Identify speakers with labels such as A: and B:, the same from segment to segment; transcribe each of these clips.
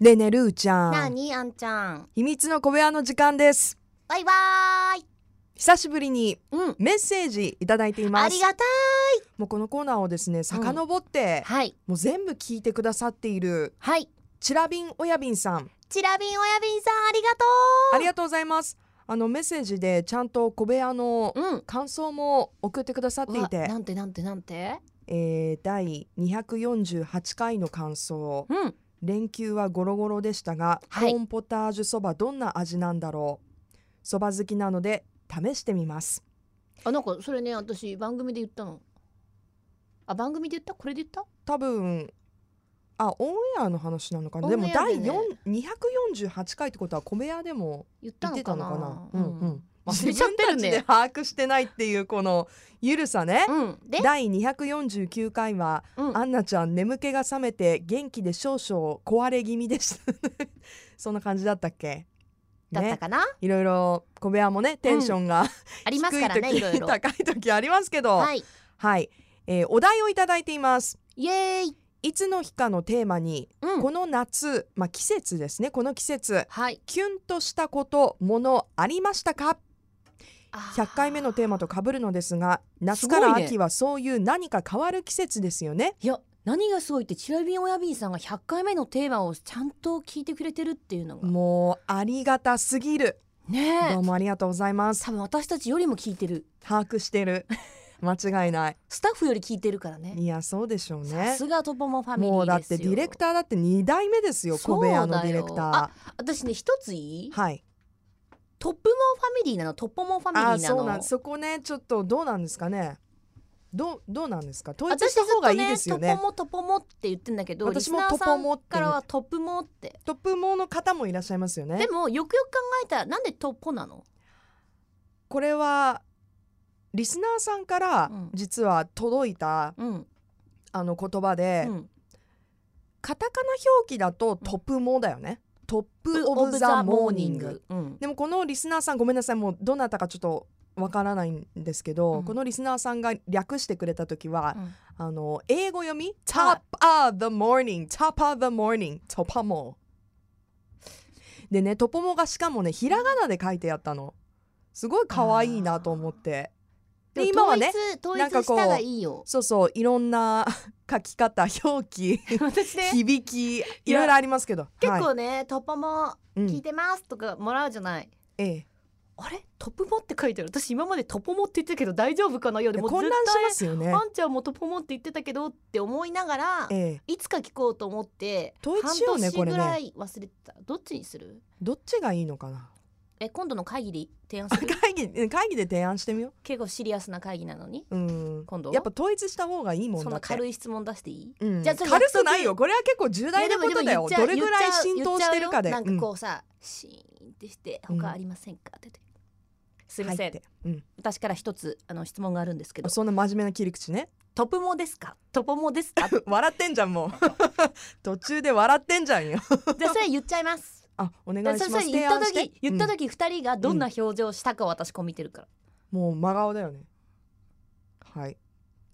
A: ねえねえるーちゃ
B: なんにあんちゃん
A: 秘密の小部屋の時間です
B: バイバーイ
A: 久しぶりに
B: うん
A: メッセージいただいてい
B: あ
A: ま
B: り
A: す
B: がた
A: もうこのコーナーをですね遡って、
B: いはい
A: もう全部聞いてくださっている
B: はい
A: チラビン親ビンさん
B: チラビン親ビンさんありがと
A: ありがとうございますあのメッセージでちゃんと小部屋の
B: ううん
A: 感想も送ってくださっていう
B: わ
A: て
B: な、んてなんてなんて
A: えー、第248回の感想
B: うん
A: 連休はゴロゴロでしたが、
B: はい
A: コーンポタージュそばどんな味なんだろうそば好きなので試してみます
B: あなんかそれね私番組で言ったのあ番組で言ったこれで言った
A: 多分あオンエアの話なのかな
B: オン
A: で
B: エア
A: も
B: で
A: 第
B: ね
A: 4 248回ってことは小部屋でも
B: 言った
A: 言っ
B: の
A: てた
B: か
A: の
B: な
A: かなうんうん
B: 忘れちゃって
A: 自
B: る
A: 分たちで
B: ね
A: 把握してないっていうこのゆるさね
B: うんで
A: 第249回は
B: うん
A: アンナちゃん眠気が覚めて元気で少々壊れ気味でした そんな感じだったっけ
B: だった
A: ね、
B: かな
A: いろいろ小部屋もねテンションが、
B: ありますからね
A: 低い
B: いろい
A: 時
B: ろ
A: 高い時ありますけどは、
B: はいい
A: えーお題をいただいています
B: イエーイ
A: いつの日かのテーマに
B: うん
A: この夏、まあ、季節ですねこの季節
B: はい
A: キュンとしたことものありましたか
B: あー
A: 100回目のテーマと被るのですが夏
B: す
A: か
B: ごいね
A: ら秋はそういう何か変わる季節ですよね
B: いや何がすごいってチラビン親ビンさんが100回目のテーマをちゃんと聞いてくれてるっていうのが
A: もうありがたすぎる
B: ねえ
A: どうもありがとうございます
B: 多分私たちよりも聞いてる
A: 把握してる 間違いない
B: スタッフより聞いてるからね
A: いやそうでしょう
B: さ
A: ね
B: すがトポモファミリ
A: もうだ
B: ー
A: っ
B: です
A: て
B: よ
A: ディレクターだって2代目ですよ小部屋のディレク
B: そうだよ
A: タ
B: 私ね一つい
A: ー
B: い
A: はい
B: トップモファミリーなのトッポモファミリ
A: あ
B: ーな
A: そ
B: の
A: うなんそこねちょっとどうなんですかねどうどうなんですか統一
B: 私
A: し
B: ず
A: た
B: っ
A: 方
B: と
A: がいいですよ
B: ト
A: ね
B: ッポモトッポモって言ってんだけど
A: 私も
B: リスナーさん
A: トポモって言う
B: からはトップモって
A: トップモの方もいらっしゃいますよね
B: でもよくよく考えたらなんでトッポなの
A: これはリスナーさんから
B: うん
A: 実は届いた、
B: うん
A: あの言葉
B: う
A: で、
B: ん
A: カタカナ表記だとトップモだよね、トップオブザモーニング
B: うん
A: でもこのリスナーさんごめんなさいもうどなたかちょっとわからないんですけど、
B: うん
A: このリスナーさんが略してくれた時は
B: う、ん
A: あの英語読み「
B: は
A: Top of the morning」「Top of the morning」「トパモ」でねトポモがしかもねひらがなで書いてやったのすごい可愛いなと思って
B: で
A: で
B: も
A: 今はね
B: 統
A: なん
B: 一
A: か
B: 統一
A: こ
B: し
A: う
B: たがい いよ
A: そうそういろんな 書き方表記
B: 私ね
A: 響きいろいろありますけど
B: 結
A: はい
B: 構ねトッポモ
A: うん
B: 聞いてますとかもらうじゃない
A: ええ
B: あれトップモって書いてある私今までトポモって言ってたけど大丈夫かなよで
A: で
B: もう
A: 混
B: 絶
A: 乱し
B: 対
A: ますよね
B: あんちゃんもトポモって言ってたけどって思いながら
A: ええ
B: いつか聞こうと思って半
A: 統一しようね
B: 年
A: これね
B: ぐらい忘れてたどっちにする
A: どっちがいいのかな
B: え今度の会議で提案
A: あ
B: する
A: 会議会議で提案してみよ
B: 結構シリアスな会議なのに
A: ううん
B: 今度
A: やっぱ統一した方がいいもん
B: そん
A: だ
B: な
A: って
B: 軽い質問出していい
A: うん、
B: じゃあそれ
A: 軽
B: 約
A: く
B: 束
A: ないよこれは結構重大なことだよ
B: いや
A: ど
B: でも
A: れぐ
B: でも言っち
A: らい
B: ゃう
A: 浸透してるかで
B: 言っちゃうよなんか
A: う
B: こうさ、シーンってして他ありませんかって言ってすい
A: ん
B: ませ
A: 入っ
B: ん
A: て、うん、
B: 私から一つあの質問があるんですけど
A: そんな真面目な切り口ね
B: トプモですかトポモで すか
A: 笑ってんじゃんもう 途中で笑ってんじゃんよ
B: じゃあそれ言っちゃいます
A: あお願いし
B: で
A: ます
B: それそれ
A: 提
B: 言った
A: 案して
B: 時言った
A: うん
B: 時二人がどんな表情をしたかを私こう見てるから、
A: もう真顔だよねはい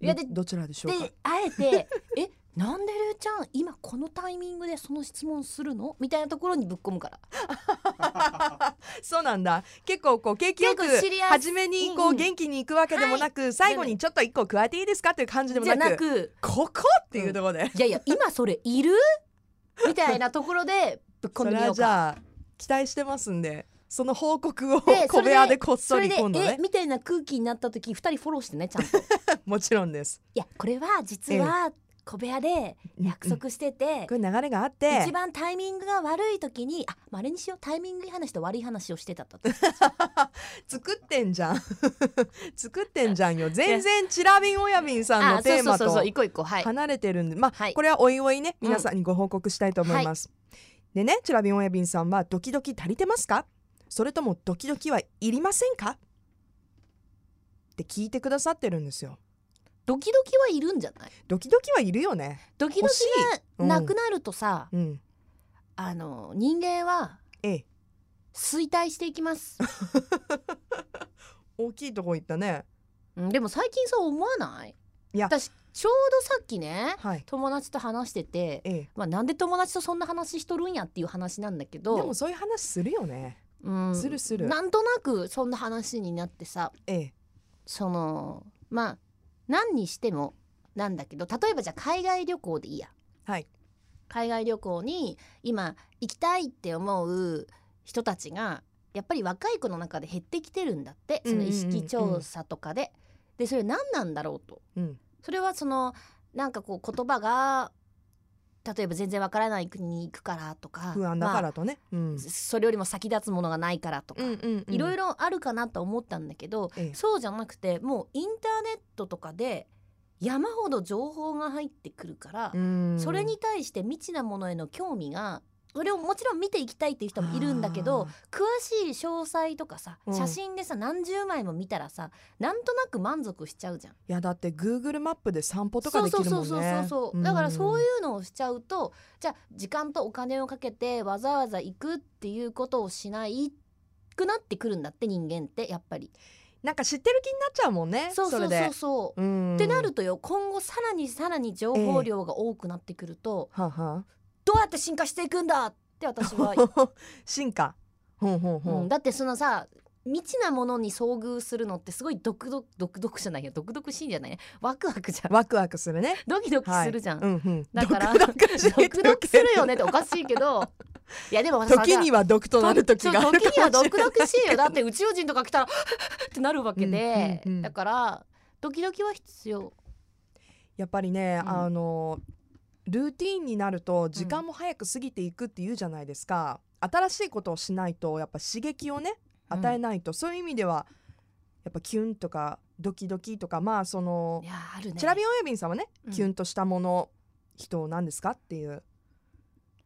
B: いや
A: ど
B: で
A: どちらでしょうか
B: であえて 「えなんでルーちゃん今このタイミングでその質問するの?」みたいなところにぶっ込むから
A: そうなんだ結構こう景気よく
B: 結構シリアス
A: 初めにこ
B: うん
A: う
B: うん
A: 元気に行くわけでもなく、最後にちょっと一個加えていいですかっていう感じでも
B: じ
A: なく
B: ゃなく
A: ここっていうところで、
B: 「いやいや今それいる?」みたいなところでぶっ込ん
A: そ
B: で
A: れ
B: みよ
A: は
B: う
A: じ
B: か。
A: ゃあ期待してますんでその報告を
B: でそれで
A: 小部屋でこっそ
B: それ
A: り
B: で、
A: 今度
B: え
A: ね
B: みたいな空気になった時二人フォローしてねちゃんとい
A: もちろんです
B: やこれは実は小部屋で約
A: うんうん
B: 束してて、
A: こういう流れがあって
B: 一番タイミングが悪い時にあ、まあ、あれにしようタイミングいい話と悪い話をし てたと
A: 作ってんじゃん 作ってんじゃんよ全然チラビン親ビンさんのテーマ
B: そうそうそう
A: と
B: そう行こう行こうはい
A: 離れてるんでまあ、
B: はい
A: これはおいおいね
B: うん
A: 皆さんにご報告したいと思います、でねチラビン親ビンさんはドキドキ足りてますかそれともドキドキはいりませんかって聞いてくださってるんですよ
B: ドキドキはいるんじゃない
A: ドキドキはいるよね
B: ドキドキ
A: うん
B: がなくなるとさ、
A: うん
B: あの人間は
A: ええ
B: 衰退していきます、
A: 大きいとこ行ったね
B: うんでも最近そう思わない
A: いや
B: 私ちょうどさっきね
A: はい
B: 友達と話してて、
A: ええ
B: まあ、なんで友達とそんな話しとるんやっていう話なんだけど
A: でもそういう話するよね
B: うん、
A: するする
B: なんとなくそんな話になってさ
A: ええ
B: そのまあ何にしてもなんだけど例えばじゃあ海外旅行でいいや、
A: はい
B: 海外旅行に今行きたいって思う人たちがやっぱり若い子の中で減ってきてるんだってその意識調査とかで、でそれ何なんだろうと
A: うん
B: それはそのなんかこう言葉が例えば全然わからない国に行くからとか
A: 不安だか
B: まあ
A: らとね、うん
B: それよりも先立つものがないからとか、
A: うんうんうん
B: いろいろあるかなと思ったんだけど、
A: ええ
B: そうじゃなくてもうインターネットとかで山ほど情報が入ってくるから、
A: うん
B: それに対して未知なものへの興味がそれをもちろん見ていきたいっていう人もいるんだけど詳しい詳細とかさ
A: うん
B: 写真でさ何十枚も見たらさなんとなく満足しちゃうじゃん。
A: いやだって Google マップで散歩とかできるもんね
B: そうそうそうそうそうだからそういううのをしちゃうとじゃあ時間とお金をかけてわざわざ行くっていうことをしないくなってくるんだって人間ってやっぱり
A: んなんか知ってる気になっちゃうもんね
B: そうそう
A: れ
B: そう
A: で
B: そううんってなるとよ今後さらにさらに情報量が多くなってくると、
A: はは
B: どうやって進化していくんだって 私は、
A: 進化ほんほんほ
B: うんん、だってそのさ未知なものに遭遇するのってすごい独特独特じゃないよ独々しいんじゃないワクワクじゃん
A: ワクワクするね
B: ドキドキするじゃん、
A: うんうん
B: だから
A: 毒々しい
B: 独読するよねっておかしいけどいやでもさ
A: 時には毒となる時があるかもしれない
B: 時には独々しいよだって宇宙人とか来たら ってなるわけで、
A: うんうんうん
B: だからドキドキは必要
A: やっぱりね、
B: うん
A: あのルーティーンになると時間も早く過ぎていくっていうじゃないですか、新しいことをしないとやっぱ刺激をね
B: うん
A: 与えないと、そういう意味ではやっぱキュンとかドキドキとかまあその
B: い、やあるね
A: チラビオンヤビンさんはね、
B: うん
A: キュンとしたもの人なんですかっていう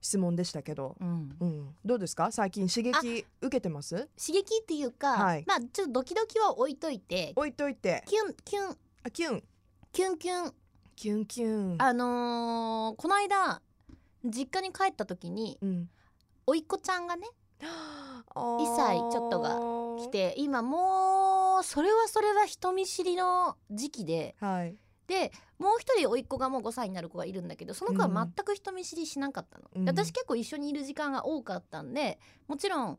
A: 質問でしたけど、
B: うん
A: うん、どうですか最近刺激受けてます
B: 刺激っていうか、
A: はい
B: まあちょっとドキドキは置いといて
A: 置いといて
B: キュンキュン
A: あキュン
B: キュンキュン
A: キュンキュン
B: あのーこの間実家に帰った時に
A: うん、
B: 甥っ子ちゃんがね
A: 一
B: 歳ちょっとが来て今もうそれはそれは人見知りの時期で
A: はい
B: でもう一人甥っ子がもう5歳になる子がいるんだけどその子は全く人見知りしなかったの、
A: うん
B: で私結構一緒にいる時間が多かったんでもちろん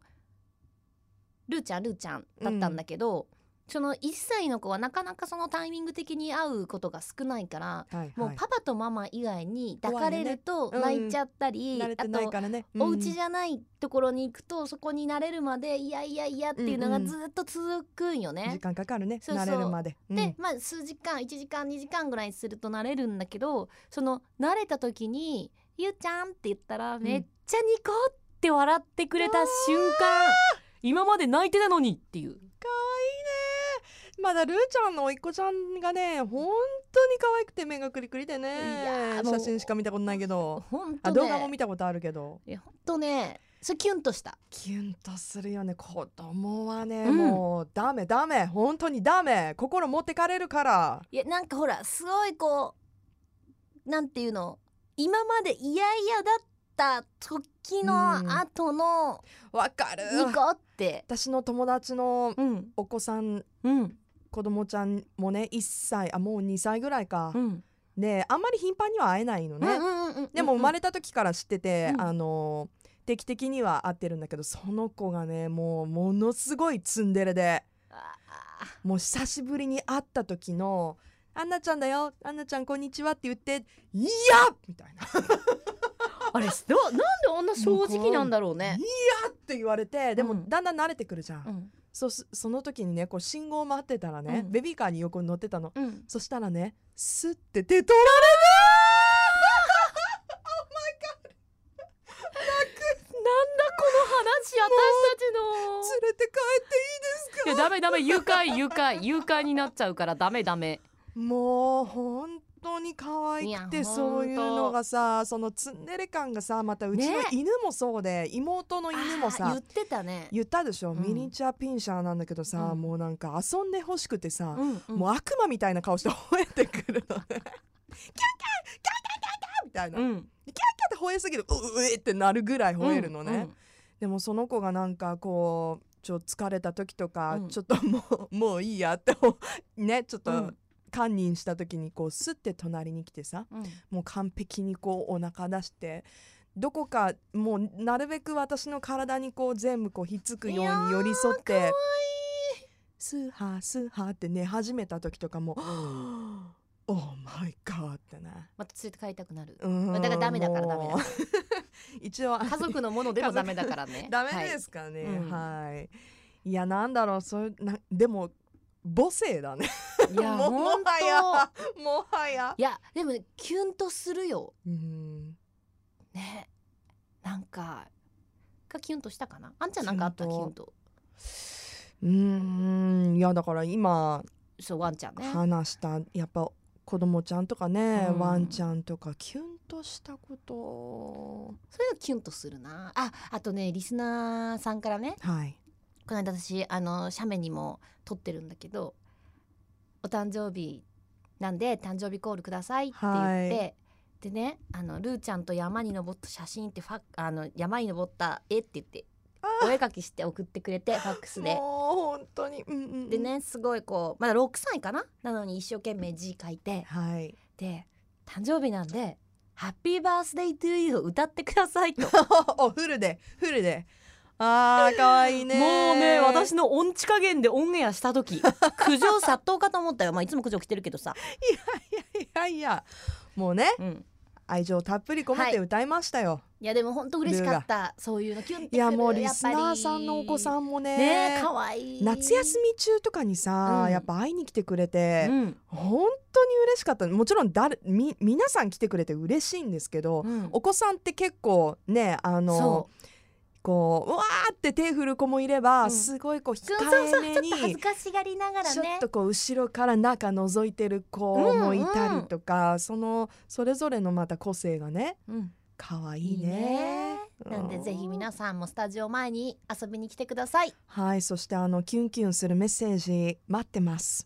B: ルーちゃんルーちゃんだったんだけど、その1歳の子はなかなかそのタイミング的に会うことが少ないから
A: はい
B: もう
A: はい
B: パパとママ以外に抱かれると
A: 怖いよね
B: 泣いちゃったり、
A: 慣れて
B: あ
A: ない
B: と
A: からね。
B: お家じゃないところに行くとそこに慣れるまでいやいやいやっていうのがずっと続くんよね。
A: うん時間かかるね。
B: そうそう
A: 慣れるまで。うん
B: で、まあ数時間1時間2時間ぐらいすると慣れるんだけどその慣れた時に「ゆうちゃん」って言ったら
A: ん
B: めっちゃニコって笑ってくれた瞬間、今まで泣いてたのにっていう
A: 可愛いね。まだルーちゃんのおいっ子ちゃんがね、本当に可愛くて目がクリクリで
B: いや
A: ね。
B: ーもう
A: 写真しか見たことないけど、
B: 本当
A: あ
B: ね
A: 動画も見たことあるけど、
B: いやほんとねそれキュンとした
A: キュンとするよね。子供はね、
B: うん
A: もうダメダメ、本当にダメ。心持ってかれるから。
B: いやなんかほらすごいこうなんていうの今までいやいやだった時
A: うん
B: の後の
A: わかる。
B: ニコって
A: 私の友達の
B: うん
A: お子さん。
B: うん
A: 子供ちゃんもね1歳あもう2歳ぐらいか
B: う、ん
A: であんまり頻繁には会えないのね、
B: うんうんうんうん
A: でも生まれた時から知ってて、
B: うん
A: あの定期的には会ってるんだけどその子がねもうものすごいツンデレで
B: ああ
A: もう久しぶりに会った時の「アンナちゃんだよアンナちゃんこんにちは」って言って「いや!」みたいな「
B: あれどなんであんな正直なんだろうね。
A: あっ!」って言われてでも
B: うん
A: だんだん慣れてくるじゃん、
B: うん
A: そすその時にねこう信号待ってたらね、
B: うん
A: ベビーカーに横に乗ってたの
B: うん、
A: そしたらねスッて手取られ
B: なんだこの 話
A: 連れて帰っていいですか
B: 私たちの。いやダメダメ誘拐誘拐誘拐になっちゃうからダメダメ。
A: もう本当に可愛
B: い
A: く
B: や
A: てそういうのがさそのツンデレ感がさまたうちの
B: ね
A: 犬もそうで、妹の犬も
B: あー
A: さ
B: 言ってたね。
A: 言ったでしょ、
B: うん
A: ミニチュアピンシャーなんだけどさ、
B: うん
A: もうなんか遊んでほしくてさ、
B: んうん
A: もう悪魔みたいな顔して吠えて くるのねキャーキャーキャーキャーキャーキャーみたいな、
B: う
A: キャー
B: ん
A: キャーって吠えすぎてううえってなるぐらい吠えるのね、
B: うんうん
A: でもその子がなんかこうちょっと疲れた時とか、
B: うん
A: ちょっともうもういいやってねちょっと
B: うん
A: 堪忍した時にこうスッて隣に来てさ
B: うん
A: もう完璧にこうお腹出してどこかもうなるべく私の体にこう全部こうひっつくよ
B: いや
A: う
B: ー
A: に寄り添っ
B: かわい
A: てスーハースーハーって寝始めた時とか も「オーマイガー」ってね。
B: また連れて帰りたくなる
A: うん
B: だからダメだからダメだ
A: もう 一応
B: 家族のものでもダメだ からね、
A: ダメですすかね、
B: うん
A: はいいやなんだろうそういうなでも母性だね
B: はい、いや
A: もも
B: 本
A: はやもはや
B: 当いやでもねキュンとするよ
A: うん
B: ねなんかがキュンとしたかなあんちゃんなんかあった
A: キ
B: キ
A: ュン
B: ュ
A: と
B: ンと
A: うーんいやだから今
B: そうワンちゃんね
A: 話したやっぱ子供ちゃんとかね、
B: うん
A: ワンちゃんとかキュンとしたこと
B: それがキュンとするなああとねリスナーさんからね
A: はい
B: この間私あの写メにも撮ってるんだけどお誕生日なんで誕生日コールくださいって言って、
A: は
B: でねあのルーちゃんと山に登った写真ってファあの山に登った絵って言ってお絵描きして送ってくれてファックスで
A: も。う本当に、うんうんうん
B: でねすごいこうまだ6歳かななのに一生懸命字書いて
A: はい
B: で誕生日なんで「ハッピーバースデートゥーユー」を歌ってくださいと
A: おフルでフルであーかわ いいね
B: もうね私の音痴加減でオンエアした 時苦情殺到かと思ったよ、まあ、いつも苦情来てるけどさ、
A: いやいやいやもうね
B: うん、
A: 愛情たっぷり込めて歌いましたよ、
B: いやでも本当嬉しかったそういうのキュンって
A: い、
B: くる
A: やもうリスナーさんのお子
B: ん
A: さんもね
B: ねえ可愛い
A: 夏休み中とかにさ、
B: うん
A: やっぱ会いに来てくれて、
B: うん
A: 本当に嬉しかったもちろん誰み皆さん来てくれて嬉しいんですけど、
B: うん
A: お子さんって結構ねあの
B: そ
A: こううわーって手振る子もいれば、
B: うん
A: すごいこう
B: うそうそう
A: 控えめ
B: ちょっと恥
A: に
B: ずかしがりながら
A: ちょ
B: ね
A: っとこう後ろから中覗いてる子もいたりとか、そのそれぞれのまた個性がね
B: うん
A: 可愛い
B: いいね
A: ね。
B: なんでぜひ
A: な
B: 皆さんもスタジオ前に遊びに来てください
A: はいそしてあのキュンキュンするメッセージ待ってます